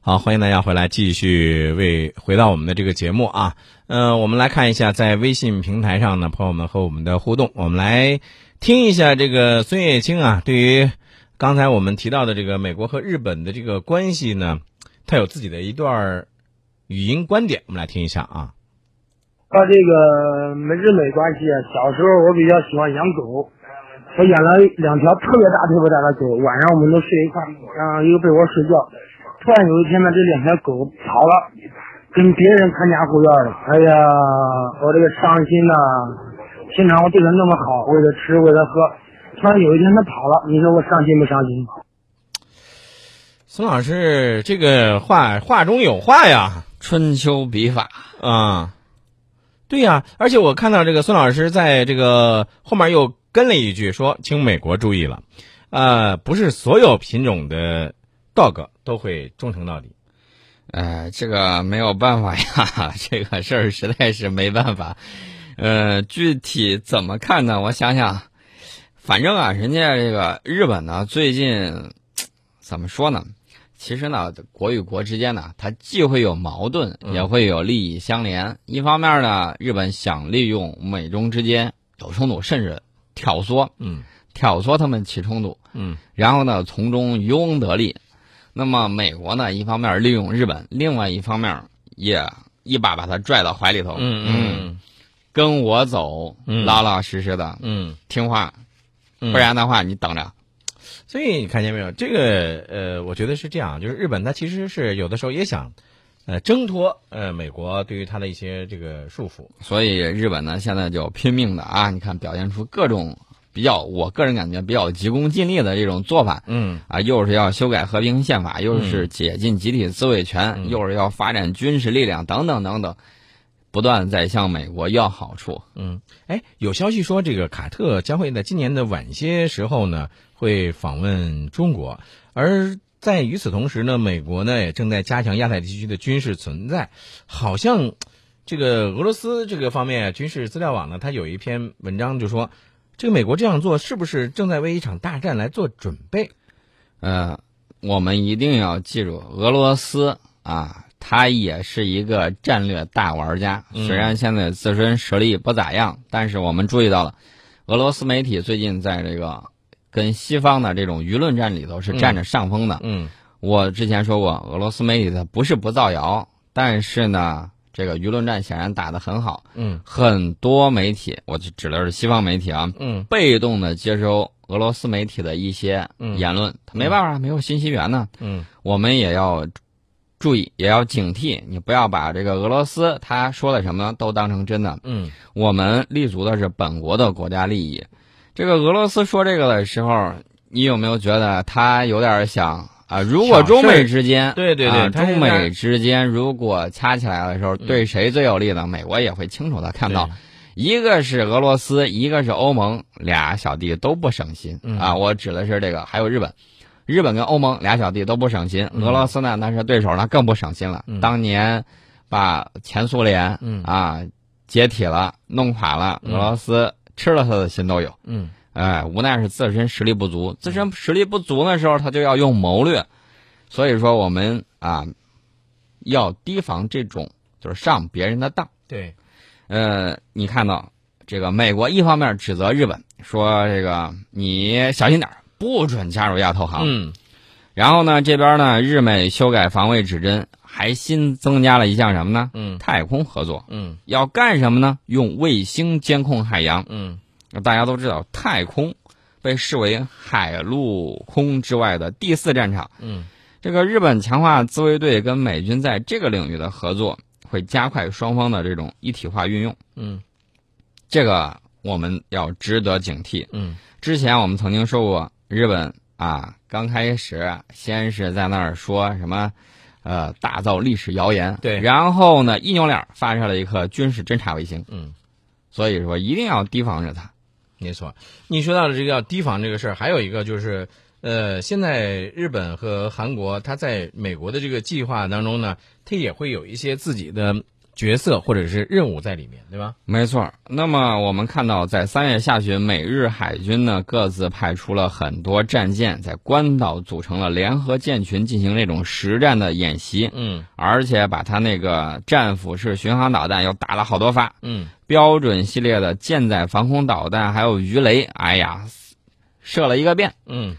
好，欢迎大家回来，继续为回到我们的这个节目啊。呃，我们来看一下在微信平台上呢，朋友们和我们的互动。我们来听一下这个孙叶青啊，对于刚才我们提到的这个美国和日本的这个关系呢，他有自己的一段语音观点，我们来听一下啊。他这个美日美关系，啊小时候我比较喜欢养狗，我养了两条特别大特别大的狗，晚上我们都睡一块，嗯，一个被窝睡觉。突然有一天呢，这两条狗跑了，跟别人看家护院了。哎呀，我这个伤心呐、平常我对它那么好，喂它吃，喂它喝，突然有一天它跑了，你说我伤心不伤心？孙老师，这个话话中有话呀，春秋笔法，啊、对呀、而且我看到这个孙老师在这个后面又跟了一句说，请美国注意了，呃，不是所有品种的 dog 都会忠诚到底。呃，这个没有办法呀， 这个事儿实在是没办法。呃，具体怎么看呢？我想想，反正啊，人家这个日本呢，最近怎么说呢？其实呢，国与国之间呢，它既会有矛盾，也会有利益相连。一方面呢，日本想利用美中之间有冲突，甚至挑唆，嗯挑唆他们起冲突，嗯然后呢，从中渔翁得利。那么美国呢，一方面利用日本，另外一方面也一把把他拽到怀里头，嗯跟我走，嗯老老实实的嗯听话，嗯，不然的话你等着。所以你看见没有，这个呃，我觉得是这样，就是日本它其实是有的时候也想，呃，挣脱呃美国对于它的一些这个束缚。所以日本呢，现在就拼命的啊，你看表现出各种比较，我个人感觉比较急功近利的这种做法。嗯啊，又是要修改和平宪法，又是解禁集体自卫权，嗯又是要发展军事力量，等等等等，不断在向美国要好处。嗯，哎，有消息说这个卡特将会在今年的晚些时候呢，会访问中国，而在与此同时呢，美国呢也正在加强亚太地区的军事存在。好像这个俄罗斯这个方面啊军事资料网呢，它有一篇文章就说，这个美国这样做是不是正在为一场大战来做准备？呃，我们一定要记住，俄罗斯啊，它也是一个战略大玩家。嗯虽然现在自身实力不咋样，但是我们注意到了，俄罗斯媒体最近在这个跟西方的这种舆论战里头是占着上风的。嗯我之前说过，俄罗斯媒体它不是不造谣，但是呢，这个舆论战显然打得很好，嗯很多媒体，我就指的是西方媒体啊，嗯被动的接收俄罗斯媒体的一些嗯言论，他没办法，没有信息源呢，嗯我们也要注意，也要警惕，你不要把这个俄罗斯他说的什么都当成真的，嗯我们立足的是本国的国家利益。这个俄罗斯说这个的时候，你有没有觉得他有点想啊？如果中美之间，对对对啊他是中美之间如果掐起来的时候，对谁最有利呢？美国也会清楚的看到对，一个是俄罗斯，一个是欧盟，俩小弟都不省心嗯啊！我指的是这个，还有日本。日本跟欧盟俩小弟都不省心，嗯俄罗斯呢，那是对手，那更不省心了。嗯当年把前苏联，嗯啊，解体了，弄垮了，嗯俄罗斯吃了他的心都有。嗯哎，无奈是自身实力不足，自身实力不足的时候，他就要用谋略。所以说，我们啊，要提防这种就是上别人的当。对，呃，你看到这个美国一方面指责日本说这个你小心点儿，不准加入亚投行。嗯然后呢，这边呢，日美修改防卫指针，还新增加了一项什么呢？嗯太空合作。嗯要干什么呢？用卫星监控海洋。嗯大家都知道，太空被视为海陆空之外的第四战场。嗯这个日本强化自卫队跟美军在这个领域的合作，会加快双方的这种一体化运用。嗯这个我们要值得警惕。嗯之前我们曾经说过，日本啊，刚开始先是在那儿说什么，呃，大造历史谣言，对然后呢，一扭脸儿发射了一颗军事侦察卫星。嗯，所以说一定要提防着它。没错，你说到的这个要提防这个事儿，还有一个就是，呃，现在日本和韩国，它在美国的这个计划当中呢，它也会有一些自己的角色或者是任务在里面，对吧？没错儿。那么我们看到，在三月下旬，美日海军呢各自派出了很多战舰，在关岛组成了联合舰群，进行这种实战的演习，嗯而且把它那个战斧式巡航导弹又打了好多发，嗯，标准系列的舰载防空导弹还有鱼雷，哎呀，射了一个遍。嗯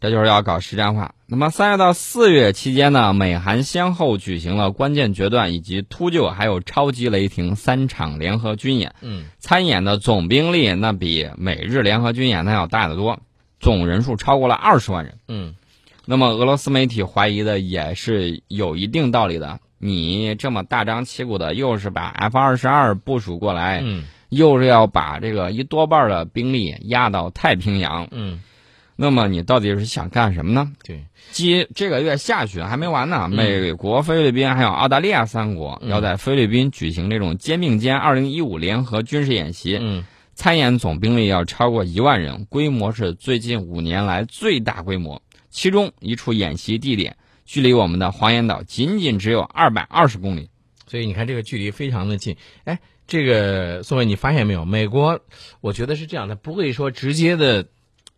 这就是要搞实战化。那么三月到四月期间呢，美韩先后举行了关键决断以及秃鹫还有超级雷霆三场联合军演，嗯参演的总兵力那比美日联合军演那要大得多，总人数超过了二十万人。嗯那么俄罗斯媒体怀疑的也是有一定道理的，你这么大张旗鼓的，又是把 F 二十二部署过来，嗯又是要把这个一多半的兵力压到太平洋，嗯，那么你到底是想干什么呢？对，即这个月下旬还没完呢，美国、菲律宾还有澳大利亚三国嗯要在菲律宾举行这种肩并肩2015联合军事演习，嗯参演总兵力要超过一万人，规模是最近五年来最大规模。其中一处演习地点距离我们的黄岩岛仅仅只有二百二十公里。所以你看这个距离非常的近。哎，这个宋伟，你发现没有？美国，我觉得是这样，他不会说直接的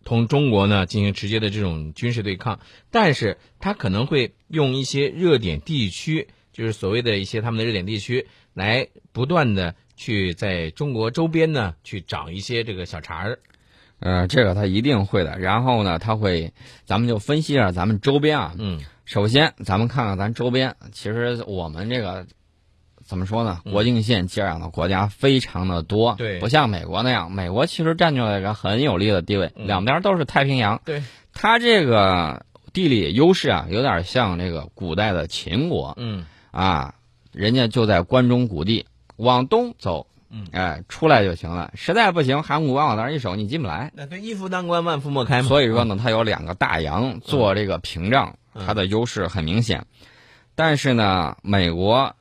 同中国呢进行直接的这种军事对抗，但是他可能会用一些热点地区，就是所谓的一些他们的热点地区，来不断的去在中国周边呢去找一些这个小茬儿。呃，这个他一定会的。然后呢，他会，咱们就分析一下咱们周边啊。嗯首先，咱们看看咱周边，其实我们这个怎么说呢？嗯国境线接壤的国家非常的多，对不像美国那样，美国其实占据了一个很有利的地位，嗯两边都是太平洋，对，它这个地理优势啊，有点像这个古代的秦国嗯啊，人家就在关中谷地，往东走，嗯哎，出来就行了。实在不行，函谷关往那儿一守，你进不来。那对，一夫当关，万夫莫开嘛。所以说呢，它有两个大洋做这个屏障，嗯它的优势很明显。但是呢，美国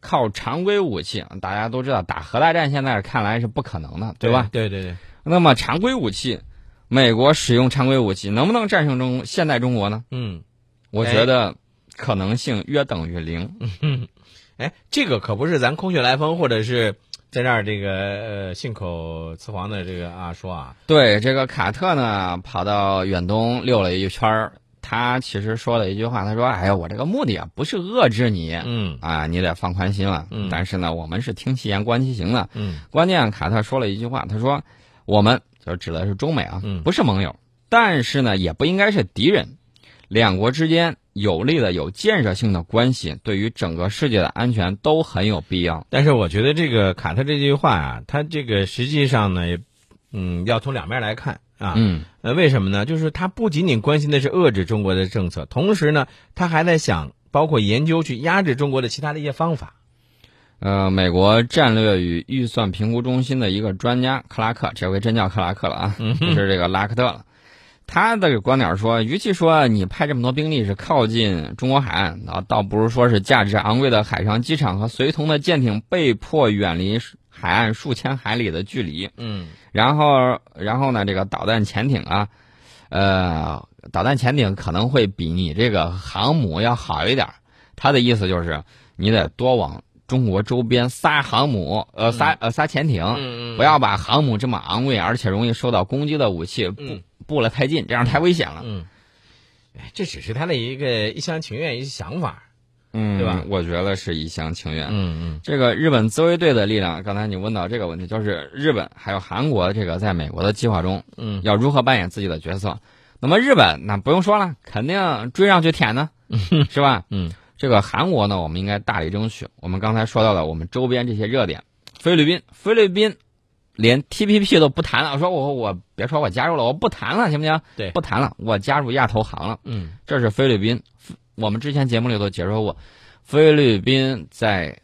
靠常规武器，大家都知道打核大战现在看来是不可能的，对吧？？对对对，那么常规武器，美国使用常规武器能不能战胜中现代中国呢？嗯。我哎嗯觉得可能性约等于零。哎，这个可不是咱空穴来风，或者是在这儿这个呃信口雌黄的这个啊说啊，对这个卡特呢，跑到远东溜了一圈儿，他其实说了一句话，他说：“哎呀，我这个目的啊，不是遏制你，嗯啊，你得放宽心了。嗯但是呢，我们是听其言观其行的。嗯关键卡特说了一句话，他说：“我们就指的是中美啊，嗯不是盟友，但是呢，也不应该是敌人。两国之间有利的、有建设性的关系，对于整个世界的安全都很有必要。但是我觉得这个卡特这句话啊，他这个实际上呢，也嗯，要从两面来看啊。嗯，呃，为什么呢？就是他不仅仅关心的是遏制中国的政策，同时呢，他还在想包括研究去压制中国的其他的一些方法。呃，美国战略与预算评估中心的一个专家克拉克，这回真叫克拉克了啊，嗯不是这个拉克特了。他的观点说，与其说你派这么多兵力是靠近中国海岸，啊，倒不如说是价值昂贵的海上机场和随同的舰艇被迫远离海岸数千海里的距离。嗯然后，然后呢，这个导弹潜艇啊，呃，导弹潜艇可能会比你这个航母要好一点儿。他的意思就是，你得多往中国周边撒航母，呃，撒呃撒潜艇，嗯不要把航母这么昂贵而且容易受到攻击的武器嗯布布了太近，这样太危险了。嗯，哎，这只是他的一个一厢情愿，一些想法。嗯对吧我觉得是一厢情愿。嗯这个日本自卫队的力量，刚才你问到这个问题，就是日本还有韩国这个在美国的计划中，嗯要如何扮演自己的角色。那么日本那不用说了，肯定追上去舔呢，是吧？ 嗯这个韩国呢，我们应该大力争取。我们刚才说到了我们周边这些热点，菲律宾，菲律宾连 TPP 都不谈了，说我我别说我加入了，我不谈了，行不行？对不谈了，我加入亚投行了。嗯这是菲律宾，我们之前节目里头解说过，菲律宾在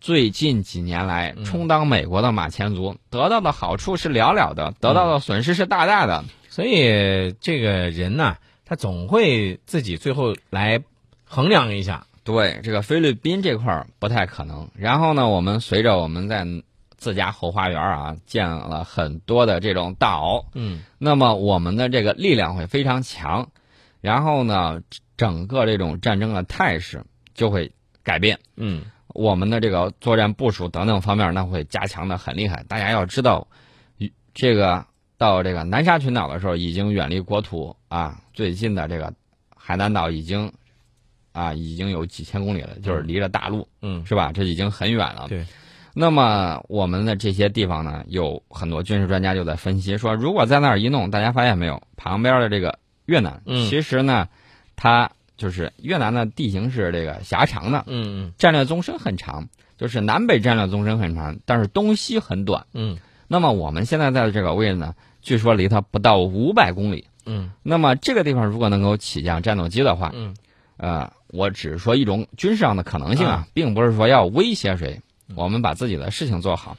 最近几年来嗯充当美国的马前卒，得到的好处是寥寥的，得到的损失是大大的。所以这个人呐、他总会自己最后来衡量一下。对，这个菲律宾这块儿不太可能。然后呢，我们随着我们在自家后花园啊建了很多的这种岛，嗯那么我们的这个力量会非常强。然后呢，整个这种战争的态势就会改变。嗯我们的这个作战部署等等方面，那会加强的很厉害。大家要知道，与这个到这个南沙群岛的时候，已经远离国土啊，最近的这个海南岛已经啊已经有几千公里了，就是离着大陆嗯，是吧？这已经很远了。对。那么我们的这些地方呢，有很多军事专家就在分析说，如果在那儿一弄，大家发现没有，旁边的这个越南，嗯其实呢，它就是越南的地形是这个狭长的，嗯战略纵深很长，就是南北战略纵深很长，但是东西很短。嗯那么我们现在在的这个位置呢，据说离它不到五百公里。嗯那么这个地方如果能够起降战斗机的话，嗯呃，我只是说一种军事上的可能性啊，并不是说要威胁谁。我们把自己的事情做好。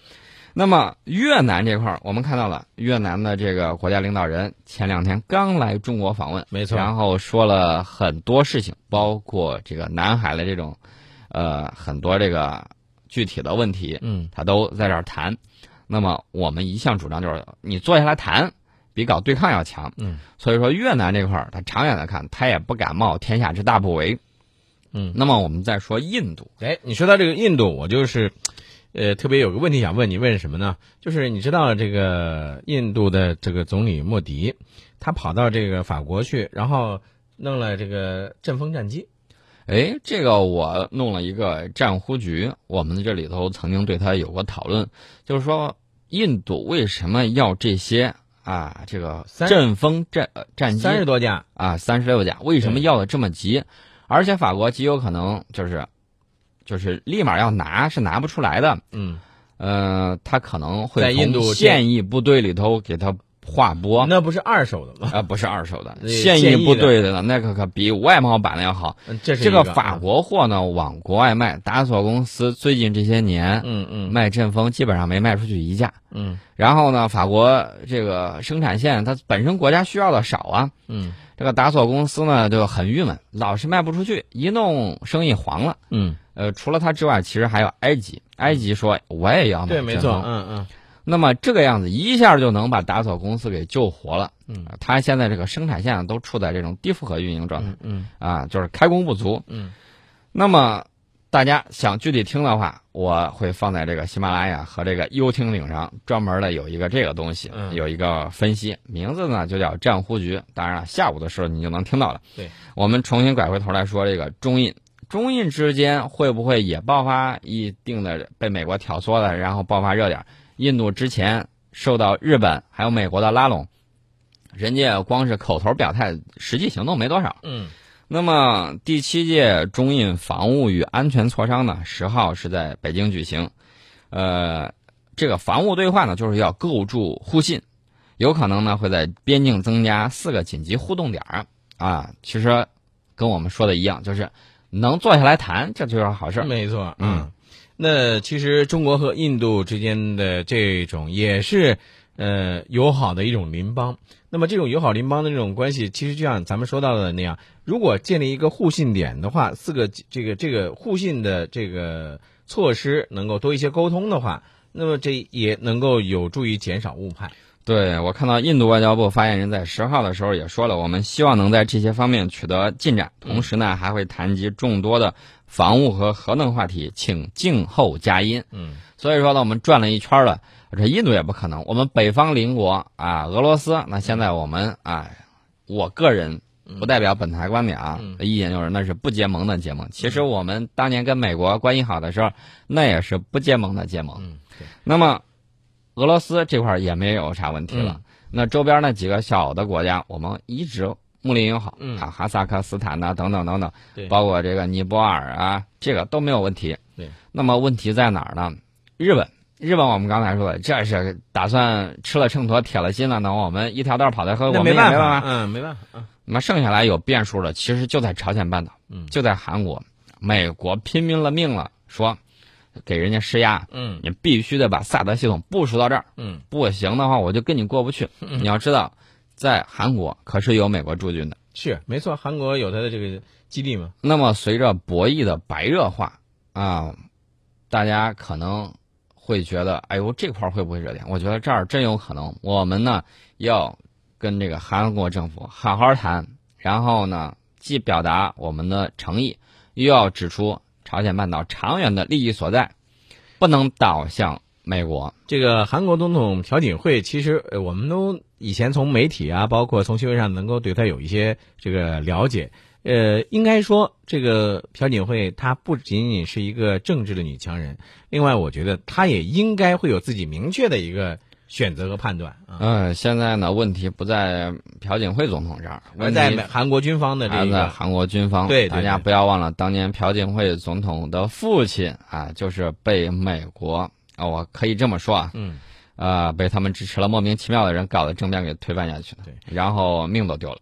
那么越南这块儿，我们看到了越南的这个国家领导人前两天刚来中国访问，没错然后说了很多事情，包括这个南海的这种，呃，很多这个具体的问题，嗯他都在这儿谈。那么我们一向主张就是，你坐下来谈，比搞对抗要强。嗯，所以说越南这块儿，它长远的看，它也不敢冒天下之大不韪。嗯那么我们再说印度，哎，你说到这个印度，我就是，呃，特别有个问题想问你，问什么呢？就是你知道这个印度的这个总理莫迪，他跑到这个法国去，然后弄了这个阵风战机。哎，这个我弄了一个战忽局，我们这里头曾经对它有过讨论，就是说印度为什么要这些啊，这个三阵风战呃战机三十多架，啊，三十六架，为什么对要的这么急？而且法国极有可能就是，就是立马要拿是拿不出来的，嗯，呃，他可能会在印度从这现役部队里头给他划拨啊、那不是二手的吗？不是二手的，那现现役役部的队的那可可比外贸版的要好。嗯这是这一个个法，国货呢，往国外卖，达索公司最近这些年嗯嗯卖阵风基本上没卖出去一架。嗯然后呢，法国这个生产线它本身国家需要的少啊，嗯这个达索公司呢就很郁闷，老是卖不出去，一弄生意黄了。嗯，呃，除了它之外，其实还有埃及。埃及说我也啊要买对，没阵错，风嗯嗯那么这个样子一下就能把达索公司给救活了。嗯啊，它现在这个生产线都处在这种低负荷运营状态、嗯嗯啊，就是开工不足。嗯那么大家想具体听的话，我会放在这个喜马拉雅和这个优听顶上专门的有一个这个东西，嗯有一个分析，名字呢就叫战忽局。当然了，下午的时候你就能听到了。对，我们重新拐回头来说这个中印。中印之间会不会也爆发一定的被美国挑唆的，然后爆发热点？印度之前受到日本还有美国的拉拢，人家光是口头表态，实际行动没多少。嗯那么第七届中印防务与安全磋商呢，十号是在北京举行。呃，这个防务对话呢，就是要构筑互信，有可能呢会在边境增加四个紧急互动点儿啊。其实跟我们说的一样，就是能坐下来谈，这就是好事儿。没错，嗯。那其实中国和印度之间的这种也是呃友好的一种邻邦。那么这种友好邻邦的这种关系，其实就像咱们说到的那样，如果建立一个互信点的话，四个这个这个互信的这个措施能够多一些沟通的话，那么这也能够有助于减少误判。对我看到印度外交部发言人在十号的时候也说了，我们希望能在这些方面取得进展，同时呢还会谈及众多的防务和核能话题，请静候佳音。嗯所以说呢，我们转了一圈了，这印度也不可能。我们北方邻国啊，俄罗斯，那现在我们啊，我个人不代表本台观点啊，嗯意见就是那是不结盟的结盟。其实我们当年跟美国关系好的时候，那也是不结盟的结盟。嗯，对那么，俄罗斯这块儿也没有啥问题嗯了。那周边那几个小的国家，我们一直睦邻友好、嗯啊，哈萨克斯坦呐、等等等等，对包括这个尼泊尔啊，这个都没有问题。对，那么问题在哪儿呢？日本，日本我们刚才说了，这是打算吃了秤砣铁了心了，那我们一条道跑到黑，我那们也办没办法。嗯，没办法啊。那么剩下来有变数的，其实就在朝鲜半岛，嗯就在韩国，美国拼命了命了，说给人家施压，嗯你必须得把萨德系统部署到这儿，嗯不行的话我就跟你过不去。你要知道，在韩国可是有美国驻军的。是没错，韩国有它的这个基地嘛。那么随着博弈的白热化啊，大家可能会觉得，哎呦这块儿会不会热点？我觉得这儿真有可能。我们呢要跟这个韩国政府好好谈，然后呢既表达我们的诚意，又要指出朝鲜半岛长远的利益所在，不能倒向美国。这个韩国总统朴槿惠，其实呃我们都以前从媒体啊，包括从新闻上能够对她有一些这个了解。呃，应该说这个朴槿惠她不仅仅是一个政治的女强人，另外我觉得她也应该会有自己明确的一个选择和判断啊，嗯、现在呢，问题不在朴槿惠总统这儿，而问在题美韩国军方的这还在个韩国军方。对对大家对不要忘了，当年朴槿惠总统的父亲啊，就是被美国啊、我可以这么说啊，嗯，呃，被他们支持了莫名其妙的人搞的政变给推翻下去的，对，然后命都丢了。